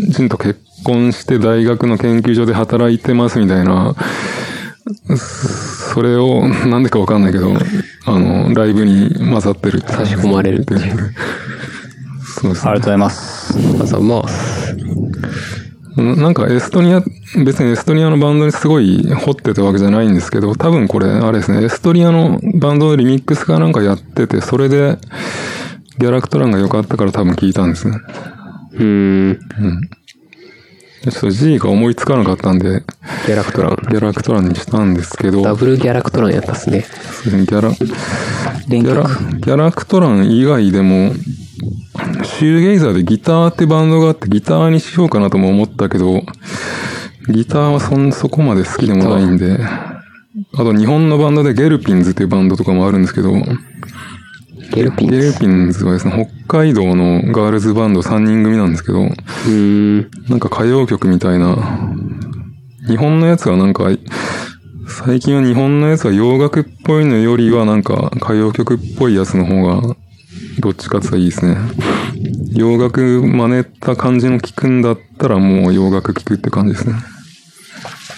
A: 人と結婚して大学の研究所で働いてますみたいな、それを、なんでかわかんないけど、あの、ライブに混ざってるって
B: 差し込まれるっていう。
A: そうです
C: あ
A: ね
C: りがとうございます。
B: まずはまあ、
A: ななんかエストニア、別にエストニアのバンドにすごい掘ってたわけじゃないんですけど、多分これ、あれですね、エストニアのバンドのリミックスかなんかやってて、それで、ギャラクトランが良かったから多分聞いたんですね。
B: うーん、
A: ちょっと G が思いつかなかったんで、
B: ギャラク トラン。
A: ギャラクトランにしたんですけど、
B: ダブルギャラクトランやったっすね。
A: ギャラ、ギ
C: 連
A: ャ
C: 曲
A: ラ、。ギャラクトラン以外でも、シューゲイザーでギターってバンドがあってギターにしようかなとも思ったけど、ギターはそん、そこまで好きでもないんで、あと日本のバンドでゲルピンズっていうバンドとかもあるんですけど、
B: ゲルピン
A: ゲ
B: です。
A: ルピンズはですね、北海道のガールズバンド3人組なんですけど、
B: うーん。
A: なんか歌謡曲みたいな。日本のやつはなんか、最近は日本のやつは洋楽っぽいのよりはなんか歌謡曲っぽいやつの方が、どっちかって言ったらいいですね。洋楽真似た感じの聞くんだったらもう洋楽聞くって感じですね。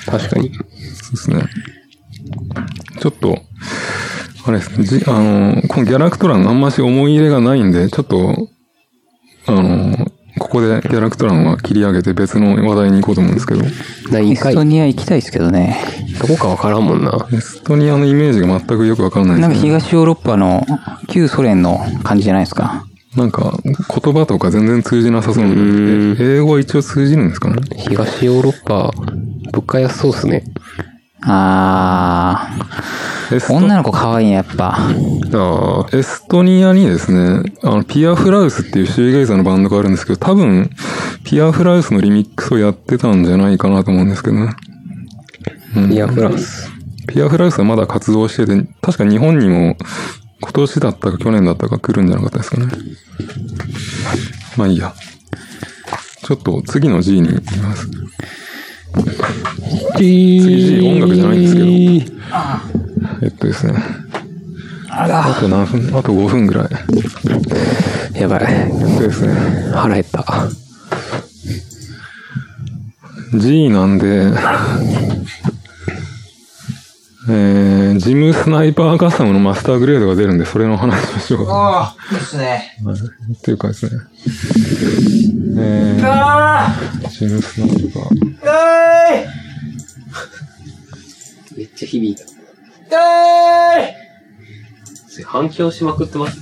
B: 確かに。
A: そうですね。ちょっと、あれですね、じ、あの、このギャラクトランあんまし思い入れがないんで、ちょっと、あの、ここでギャラクトランは切り上げて別の話題に行こうと思うんですけど、
B: 何
C: エス
B: 回
C: ト
B: ど
C: ニア行きたいですけどね。
B: こかわからんもんな。
A: エストニアのイメージが全くよくわからない
C: なん
A: で
C: か
A: すね。
C: 東ヨーロッパの旧ソ連の感じじゃないですか。
A: なんか、言葉とか全然通じなさそうなんで、英語は一応通じるんですかね
B: 東ヨーロッパ、物価安そうっすね。
C: あ
A: エス
C: ー。
A: ト
C: 女の子可愛いね、やっぱ。
B: ああ。
A: エストニアにですね、あの、ピアフラウスっていうシューゲイザーのバンドがあるんですけど、多分、ピアフラウスのリミックスをやってたんじゃないかなと思うんですけどね。
B: いや、フランス。
A: ピアフラウスはまだ活動してて、確か日本にも今年だったか去年だったか来るんじゃなかったですかね。まあいいや。ちょっと次の G に行きます。次 G 音楽じゃないんですけど。えっとですね。あと何分あと5分ぐらい。
B: やばい。
A: えっとですね。
B: 腹減った。
A: G なんで、えー、ジムスナイパーカスタムのマスターグレードが出るんで、それの話しましょうか。
D: ああ、いいっすね。
A: っていうかですね。え
D: あ
A: ー、ジムスナイパー。
D: あえ
B: めっちゃ響いた。
D: いえ
B: それ反響しまくってます。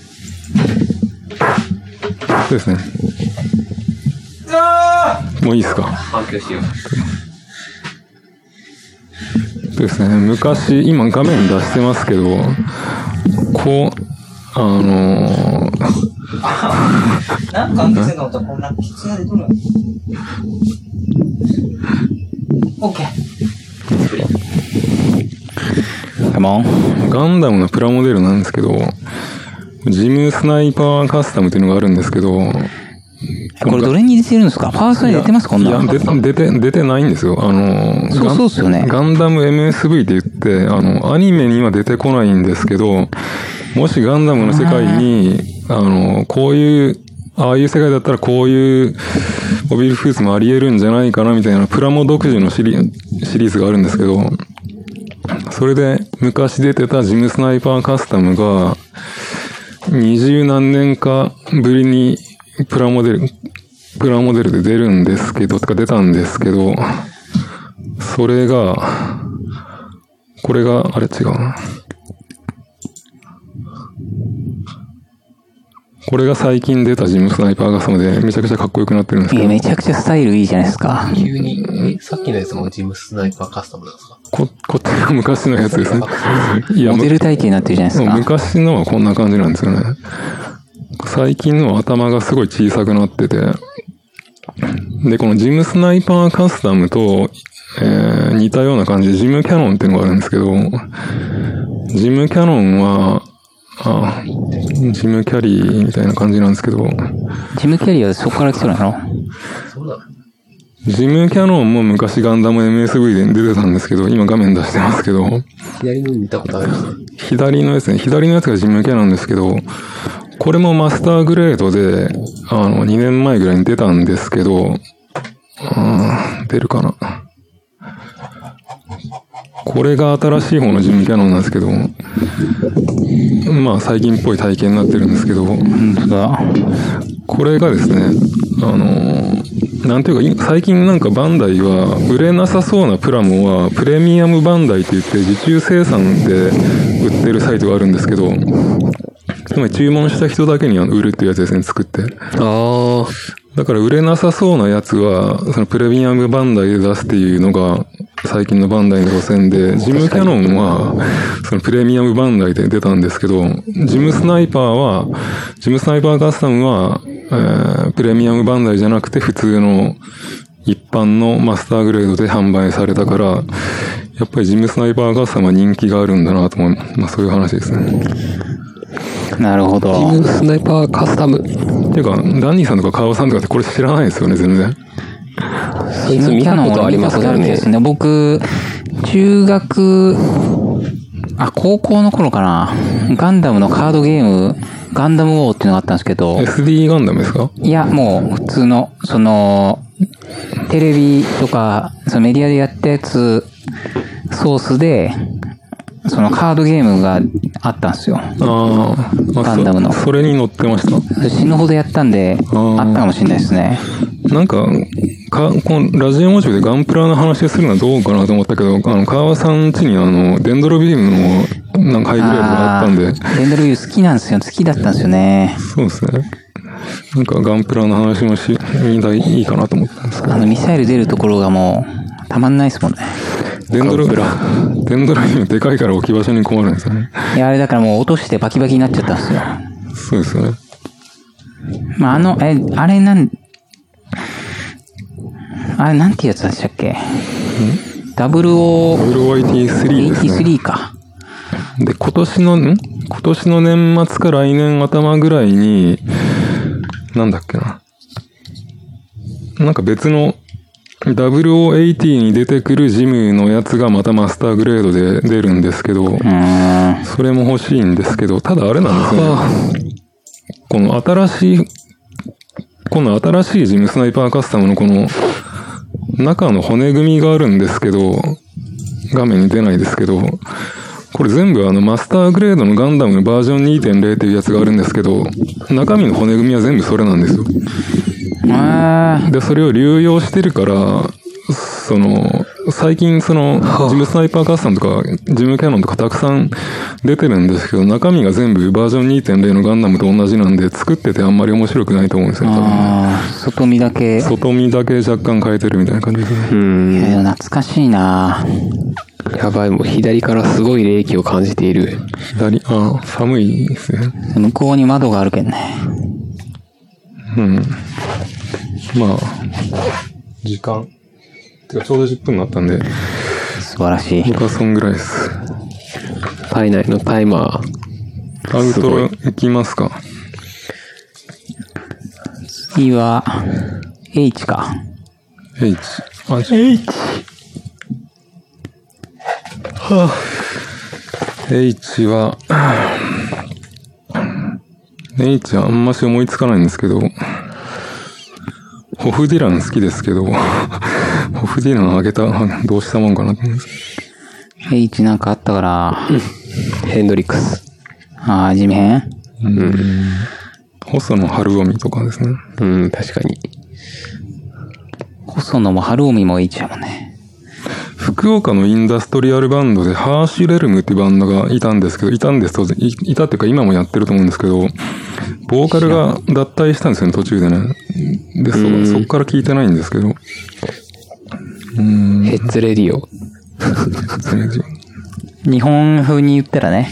A: そうですね。
D: いあ
A: もういいですか。
B: 反響しよう。
A: そうですね。昔、今画面出してますけど、こう、あのー、
D: ーなんか癖がおったらこんなキツが出とるわ。オッケー。
C: ポケモン。
A: ガンダムのプラモデルなんですけど、ジムスナイパーカスタムっていうのがあるんですけど、
C: これどれに出てるんですかパーソナに出てますこん
A: い
C: な
A: や、
C: の
A: 出て、出て、出てないんですよ。あの、
C: そう
A: ガン
C: そうっすよね
A: ガンダム MSV って言って、あの、アニメには出てこないんですけど、もしガンダムの世界に、あの、こういう、ああいう世界だったらこういうモビルフーツもあり得るんじゃないかなみたいなプラモ独自のシリシリーズがあるんですけど、それで昔出てたジムスナイパーカスタムが、二十何年かぶりにプラモデル、プラモデルで出るんですけど、とか出たんですけど、それが、これが、あれ違うな。これが最近出たジムスナイパーカスタムでめちゃくちゃかっこよくなってるんです
C: い
A: け
C: や、
A: ど、
C: めちゃくちゃスタイルいいじゃないですか。
E: 急に、え、さっきのやつもジムスナイパーカスタムなんですか
A: こ、こっちが昔のやつですね。いや
C: モデル体型になってるじゃないです
A: もう
C: か。
A: 昔のはこんな感じなんですよね。最近のは頭がすごい小さくなってて。で、このジムスナイパーカスタムと、えー似たような感じでジムキャノンっていうのがあるんですけど、ジムキャノンは、あ、ジムキャリーみたいな感じなんですけど、
C: ジムキャリアそこから来てるの
E: そうなの
A: ジムキャノンも昔ガンダム MSV で出てたんですけど、今画面出してますけど、
E: 左の見たことあるんですね。
A: 左のやつね、左のやつがジムキャなんですけど、これもマスターグレードで、あの、2年前ぐらいに出たんですけど、あー出るかな。これが新しい方のジムキャノンなんですけど、まあ最近っぽい体験になってるんですけど、
C: 本当だ。
A: これがですね、あのー、なんていうか、い最近なんかバンダイは、売れなさそうなプラモは、プレミアムバンダイといって、受注生産で売ってるサイトがあるんですけど、つまり注文した人だけにあの売るっていうやつですね、作って。
B: あ
A: だから売れなさそうなやつは、そのプレミアムバンダイで出すっていうのが、最近のバンダイの路線で、ジムキャノンは、そのプレミアムバンダイで出たんですけど、ジムスナイパーは、ジムスナイパーカスタムは、えープレミアムバンダイじゃなくて普通の一般のマスターグレードで販売されたから、やっぱりジムスナイパーカスタムは人気があるんだなと思います。まあそういう話ですね。
C: なるほど。
B: あ。ジムスナイパーカスタム。
A: っていうか、ダンディさんとかカワさんとかってこれ知らないですよね、全然。
B: そいつ見たことあります
C: ジムキャノン俺見たこ
B: から
C: とある気
B: ね
C: がす。る僕、中学、あ、高校の頃かな。ガンダムのカードゲーム、ガンダムウォーっていうのがあったんですけど、
A: SD ガンダムですか
C: いや、もう普通の、その、テレビとか、そのメディアでやったやつ、ソースで、そのカードゲームがあったんですよ。
A: あーあ、
C: ガンダムの
A: そ。それに乗ってました。
C: 死ぬほどやったんで、あ
A: ー
C: ったかもしれないですね。
A: なんか、か、このラジオ文章でガンプラの話をするのはどうかなと思ったけど、あの、川さん家にあの、デンドロビームの、なんかハイブレードがあったんで、
C: ーレンドルビュー好きなんですよ。好きだったんですよね。
A: そうですね。なんかガンプラの話もし、みんないいかなと思ったんですけ
C: あの、ミサイル出るところがもう、たまんないですもんね。
A: ど、デンドロ、デンドロビームでかいから置き場所に困るんですよね。
C: いや、あれだからもう落としてバキバキになっちゃったんですよ。
A: そうですよね。
C: まあ、あの、え、あれなん、あれなんていうやつでしたっけダブル
A: WYT3 ですね。
C: 83か。
A: で、今年の、ん今年の年末か来年頭ぐらいに、なんだっけな。なんか別の、0080に出てくるジムのやつがまたマスターグレードで出るんですけど、
C: うーん。
A: それも欲しいんですけど、ただあれなんですよね。この新しい、この新しいジムスナイパーカスタムのこの、中の骨組みがあるんですけど、画面に出ないですけど、これ全部あのマスターグレードのガンダムのバージョン2.0っていうやつがあるんですけど、中身の骨組みは全部それなんですよ。
C: あ
A: で、それを流用してるから、その、最近その、ジムスナイパーカスタムとか、ジムキャノンとかたくさん出てるんですけど、中身が全部バージョン2.0のガンダムと同じなんで、作っててあんまり面白くないと思うんですよ、多分
C: あー外見だけ。い
A: 外見だけ若干変えてるみたいな感じですね。
B: うん。
C: や、でも懐かしいな
B: やばい、もう左からすごい冷気を感じている。
A: 左、ああ、寒いですね。
C: 向こうに窓があるけんね。
A: うん。まあ、時間。てか、ちょうど10分になったんで、
C: 素晴らしい。
A: 僕はそんぐらいです。
B: 体内のタイマー。
A: アウトロ行きますか。
C: 次は、H か。
A: H。あ、H。はあ、H は、H はあんまし思いつかないんですけど、ホフディラン好きですけど、ホフディランあげた、どうしたもんかなと思います。
C: H なんかあったから、
B: ヘンドリックス。
C: ああ、地面
A: 細野晴臣とかですね。
B: うん、確かに。
C: 細野も春臣も H やもんね。
A: 福岡のインダストリアルバンドで、ハーシュレルムっていうバンドがいたんですけど、いたんですと、いいたっていうか今もやってると思うんですけど、ボーカルが脱退したんですよね、途中でね。で、そ、そっから聞いてないんですけど。
B: ヘッズレディオ。
C: 日本風に言ったらね、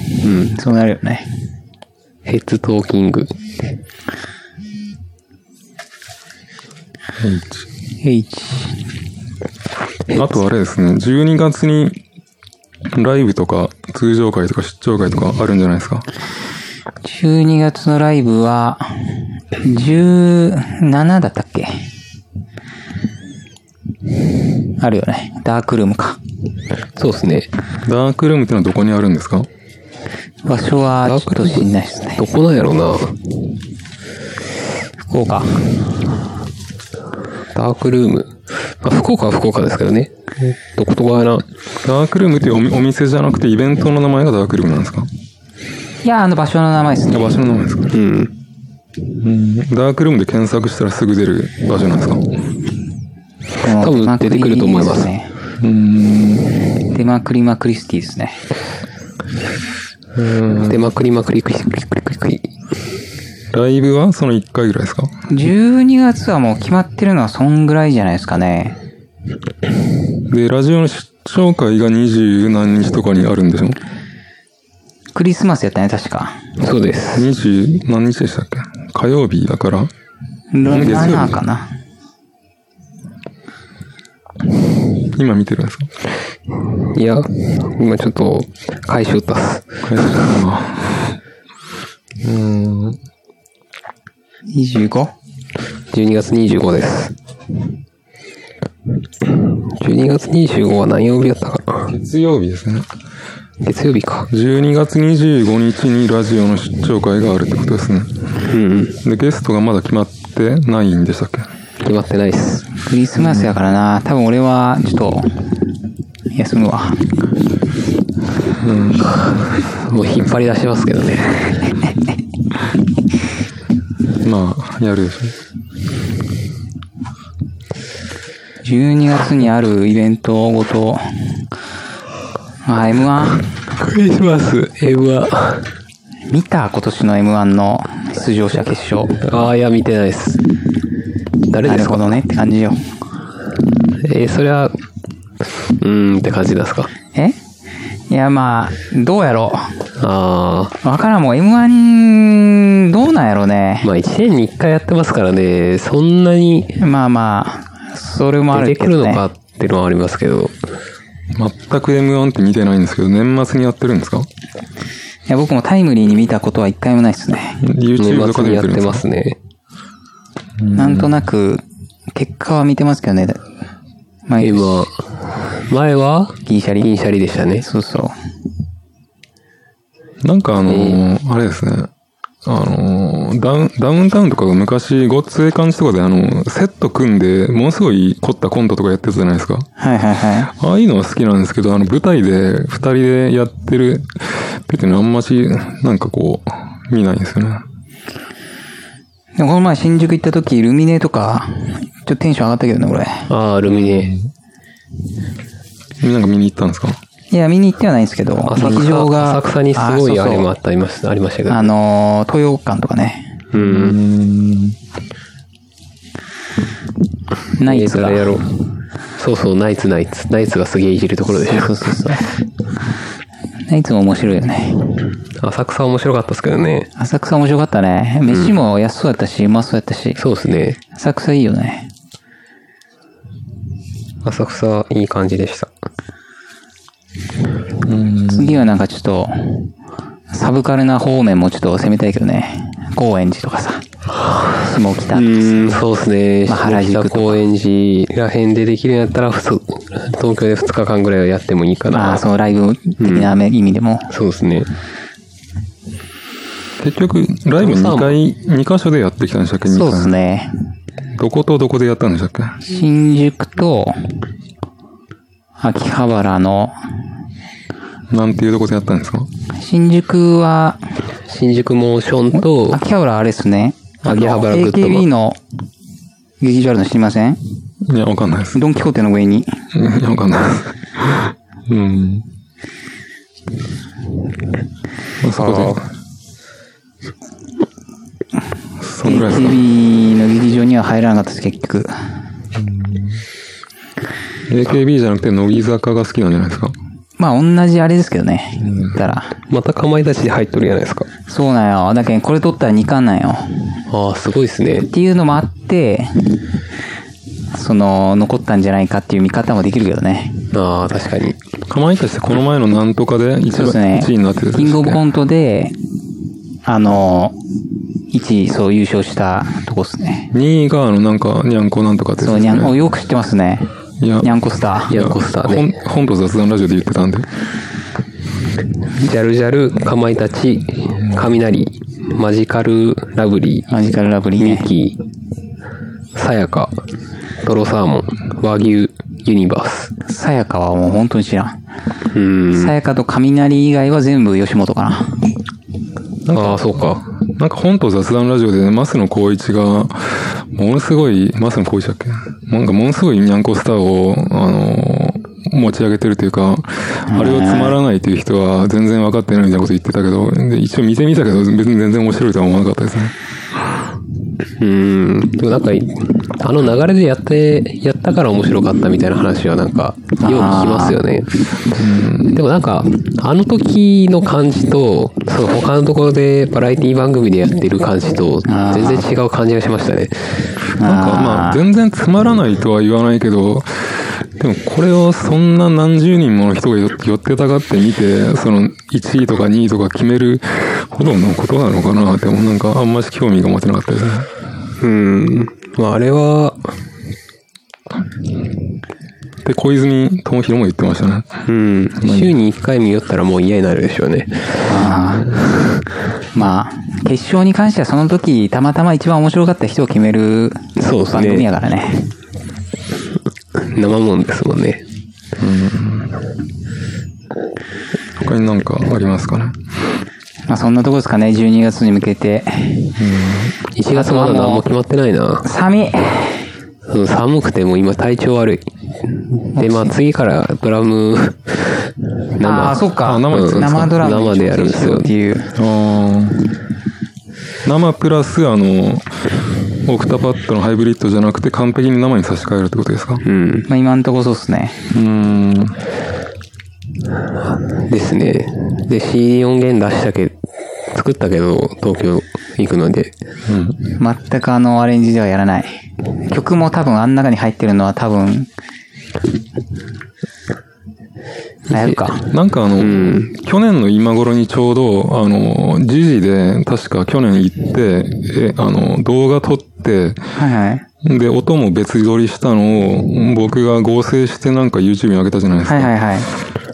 C: そうなるよね。
B: ヘッズトーキング。
C: H。
A: あとあれですね、12月に、ライブとか、通常会とか出張会とかあるんじゃないですか。
C: 12月のライブは、17だったっけあるよね。ダークルームか。
B: そうですね。
A: ダークルームってのはどこにあるんですか
C: 場所はちょっと知んないですね。
B: どこなんやろうな。
C: 福岡。
B: ダークルーム。まあ、福岡は福岡ですけどね。どことかやな。
A: ダークルームっていうおみお店じゃなくて、イベントの名前がダークルームなんですか
C: いや、あの場所の名前ですね。
A: 場所の名前ですか
B: うん。
A: ダークルームで検索したらすぐ出る場所なんですか
B: 多分出てくると思います
C: ね。出まくりまくりスティですね。
B: で、まくりまくりくりくりくりくりくり。
A: ライブはその1回ぐらいですか
C: 12月はもう決まってるのはそんぐらいじゃないですかね。
A: で、ラジオの出張会が二十何日とかにあるんでしょ
C: クリスマスやったね、確か。
B: そうです。
A: 二十何日でしたっけ火曜日だから、月曜日
C: 7かな。
A: 今見てるんですか
B: いや、今ちょっと、解消ったっす。
A: 火曜日だな
E: うん。
C: 25?
B: 12月25です。12月25は何曜日だったかな
A: 月曜日ですね。
B: 月曜日か。
A: 12月25日にラジオの出張会があるってことですね。
B: うん。
A: で、ゲストがまだ決まってないんでしたっけ
B: 決まってないっす。
C: クリスマスやからな。多分俺は、ちょっと、休むわ。
B: もう引っ張り出しますけどね。
A: まあ、やるでしょ
C: 12月にあるイベントごと、あ、M1?
B: クリスマス、M は。
C: 見た今年の M1 の出場者決勝。
B: ああ、いや、見てないっす。誰
C: な
B: で
C: る
B: す
C: ほ
B: か
C: どねって感じよ。
B: えー、そりゃ、うーんって感じですか。
C: えいや、まあ、どうやろ
B: ああ、
C: う。わからん、もう M1、どうなんやろうね。
B: まあ1年に1回やってますからね、そんなに
C: まあまあ、それもあ
B: 出
C: る
B: て
C: け
B: く
C: ど、ね。
B: るのかっていうのはありますけど。
A: 全く M1 って見てないんですけど、年末にやってるんですか
C: いや、僕もタイムリーに見たことは一回もないですね。
A: ?YouTube と
B: 年
A: か
B: 末
A: で
B: に
A: 見
B: や
A: てる
B: っ
A: ん
B: て
A: です
B: ま
A: か
B: すね。
C: なんとなく、結果は見てますけどね。まあ、
B: 今、前は
C: 銀シャリ
B: 銀シャリでしたね。
C: そうそう。
A: なんかあのーあれですね。あのーダウン、ダウンタウンとかが昔、ごっつええ感じとかで、あのーセット組んで、ものすごい凝ったコントとかやってたじゃないですか。
C: はいはいは
A: ああいうのは好きなんですけど、あの、舞台で、二人でやってる、ペテのあんまし、なんかこう、見ないんですよね。
C: い。でもこの前新宿行った時、ルミネとか、ちょっとテンション上がったけどね、俺。
B: ああ、ルミネ。
A: なんか見に行ったんですか
C: いや、見に行ってはないんですけど、
B: 浅
C: 劇場
B: 草、
C: が。
B: 浅草にすごいあ
C: あ
B: れ
C: そう
B: も
C: そ
B: あ
C: う
B: った、ありました、ありましたけど。
C: あのー、東洋館とかね。
B: うん。
C: ナイツが
B: えー。誰やろうそうそう、ナイツナイツ。ナイツがすげえいじるところでしょ。
C: そうそうそう。ナイツも面白いよね。
B: 浅草面白かったですけどね。
C: 浅草面白かったね。飯も安そうやったし、うまそうやったし。
B: そうですね。
C: 浅草いいよね。
B: 浅草、いい感じでした。
C: 次はなんかちょっと、サブカルな方面もちょっと攻めたいけどね。高円寺とかさ。下北とか
B: うーん、そうですね。
C: まあ
B: 下
C: 原宿と
B: 北
C: か
B: 高円寺ら辺でできるんやったら、ふそ東京で2日間ぐらいはやってもいいか
C: まあ、
B: な。
C: そのライブ的な意味でも。
B: そうですね。
A: 結局、ライブ2回、2箇所でやってきたんでしたっけ二
C: そう
A: 回
C: ですね。
A: どことどこでやったんでしたっけ
C: 新宿と、秋葉原の、
A: なんていうとこでやったんですか
C: 新宿は、
B: 新宿モーションと、
C: 秋葉原あれですね。
B: 秋葉原グッドマン
C: AKB の劇場あるの知りません
A: いや、わかんないです。
C: ドンキホーテの上に。
A: いやわかんないです。うん。まあ、そこで。そんぐらいですか
C: AKB の劇場には入らなかったです、結局。
A: AKB じゃなくて乃木坂が好きなんじゃないですか
C: まあ、同じあれですけどね。言ったら。
B: またかまいたちで入っとるじゃないですか。
C: そうなんよ。だけど、これ取ったら2巻なんよ。
B: ああ、すごいですね
C: っ。ていうのもあって、その、残ったんじゃないかっていう見方もできるけどね。
B: ああ、確かに。
A: かまいたちってこの前のなんとかで一
C: そ
A: 番
C: うですね。
A: 1位になってるんです
C: キ
A: ね
C: ングオブコントで、あの、1位、そう、優勝したとこですね。
A: 2位があのなんか、にゃんこなんとかってやつ
C: そう、
A: です
C: に
A: ね
C: ゃんこ、よく知ってますね。
A: いや
C: にゃんこスター。
B: にゃんこスター
A: 本
B: ね。
A: 本と雑談ラジオで言ってたんで。
B: ジャルジャル、かまいたち、雷、マジカルラブリー、
C: マジカルラブリー
B: ミ
C: ね
B: ッ。キー、さやか、トロサーモン、和牛、ユニバース。
C: さやかはもう本当に知らん。
B: うーん。
C: さやかと雷以外は全部吉本かな。
B: ああ、そうか。
A: なんか本と雑談ラジオで、ね、マスの光一が、ものすごい、マスの光一だっけなんかものすごいニャンコスターを、あのー持ち上げてるというか、あれをつまらないという人は全然分かってないみたいなこと言ってたけど、で一応見てみたけど、別に全然面白いとは思わなかったですね。
B: うーん。でもなんか、あの流れでやって、やったから面白かったみたいな話はなんか、よく聞きますよね。でもなんか、あの時の感じと、その他のところでバラエティ番組でやってる感じと、全然違う感じがしましたね。
A: なんかまあ全然つまらないとは言わないけど、でもこれをそんな何十人もの人がよ寄ってたかって見て、その1位とか2位とか決めるほどのことなのかなって、でもなんかあんまし興味が持てなかったですね。
B: うん。まああれは、
A: で、小泉智弘も言ってましたね。
B: うん。週に1回見よったらもう嫌になるでしょうね。
C: あーまあ、決勝に関してはその時、たまたま一番面白かった人を決める
B: そうですね
C: 番組やからね。
B: 生もんですもんね。
A: 他になんかありますかね。
C: まあそんなとこですかね、12月に向けて。
B: 1月まだ何も決まってないな。
C: 寒い
B: うん寒くてもう今体調悪い。で、まあ次からドラム、
C: ああ、
B: 生。
C: そっか。
A: あ生でやるんですか
C: 生ドラマ
B: 生でやるんですよ
C: っていう。
A: あー生プラス、あの、オクタパッドのハイブリッドじゃなくて完璧に生に差し替えるってことですかう
B: うん。
C: まあ今んとこそうっすね。
A: ーん。
B: ですね。で、CD 音源出したけ、作ったけど、東京行くので。
C: 全くあのアレンジではやらない。曲も多分あん中に入ってるのは多分、あやるか。
A: なんかあの、去年の今頃にちょうど、あの、時事で、確か去年行って、え、あの、動画撮って、
C: はいはい。
A: で、音も別撮りしたのを、僕が合成してなんか YouTube に上げたじゃないですか。
C: はいはいはい。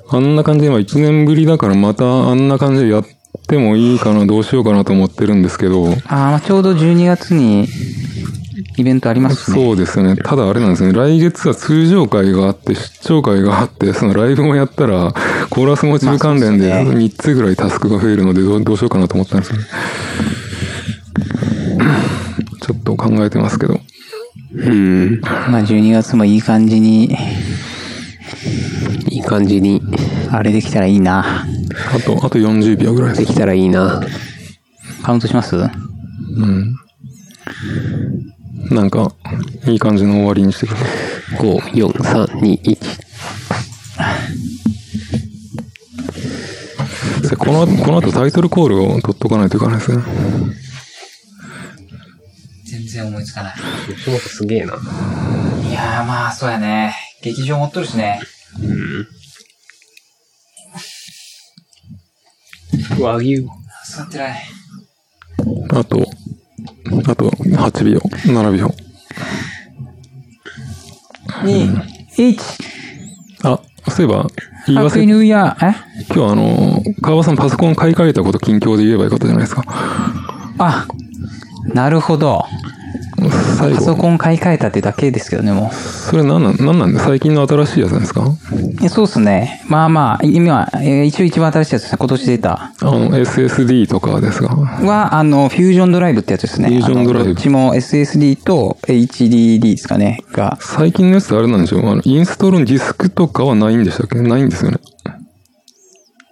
A: あんな感じで今1年ぶりだからまたあんな感じでやってもいいかな、どうしようかなと思ってるんですけど、
C: ああ、まあちょうど12月にイベントありますね。
A: そうですね。ただあれなんですね。来月は通常会があって、出張会があって、そのライブもやったら、コーラスも中関連で
C: まあそうです
A: 3つぐらいタスクが増えるのでどう、どうしようかなと思ったんですよ ね。ちょっと考えてますけど。
B: うん。
C: まあ12月もいい感じに、
B: いい感じに
C: あれできたらいいな。
A: あと、あと40秒ぐらい
B: で
A: です。
B: きたらいいな。
C: カウントします
A: うん。なんか、いい感じの終わりにしてください。
B: 5、4、3、2、1。
A: でこの、この後タイトルコールを取っとかないといかないですね。
D: 全然思いつかない。
B: 吉本すげえな。
D: いやーまあ、そうやね。劇場持っとるしね。
B: 和牛。
D: 座ってない。
A: あと、あと8秒、7秒。
D: に、
C: ?1!
A: あ、そういえば、言い
C: ハッ
A: 忘
C: ピー
A: れ、
C: ニューイヤー、え
A: 今日あの、川場さんパソコン買い替えたこと近況で言えばよかったじゃないですか。
C: あ、なるほど。
A: 最
C: パソ
A: 後。
C: コン買い替えたってだけですけどね、も
A: それなんなん、なんなんで最近の新しいやつなんですか
C: う。えそうですね。まあまあ、今、えー一応一番新しいやつですね、今年出た。
A: あの、SSD とかですか
C: は、あの、フュージョンドライブってやつですね。
A: フュージョンドライブ
C: あのどっちも SSD と HDD ですかね、が。
A: 最近のやつってあれなんでしょうあの、インストールのディスクとかはないんでしたっけないんですよね。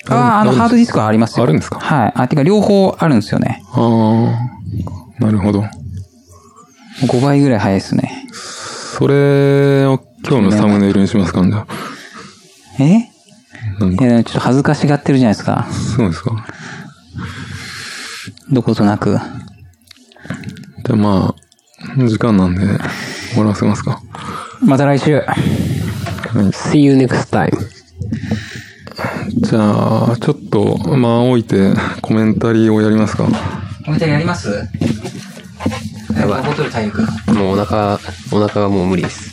C: ああ、あ
A: なんで
C: の、
A: す
C: ハードディスクはありますよ。
A: あるんですか
C: はい。あ、てか、両方あるんですよね。
A: ああ、なるほど。
C: 5倍ぐらい早いですね。
A: それを今日のサムネイルにしますかじゃあ
C: え
A: なん
C: い
A: か、
C: や、でもちょっと恥ずかしがってるじゃないですか。
A: そうですか。
C: どことなく。
A: じゃあまあ、時間なんで、終わらせますか。
C: また来週。
B: See you next time.
A: じゃあ、ちょっと、まあ、置いて、コメンタリーをやりますか。
D: コメンタリーやりますやばい。ボトル体育。
B: もうお腹、お腹がもう無理です。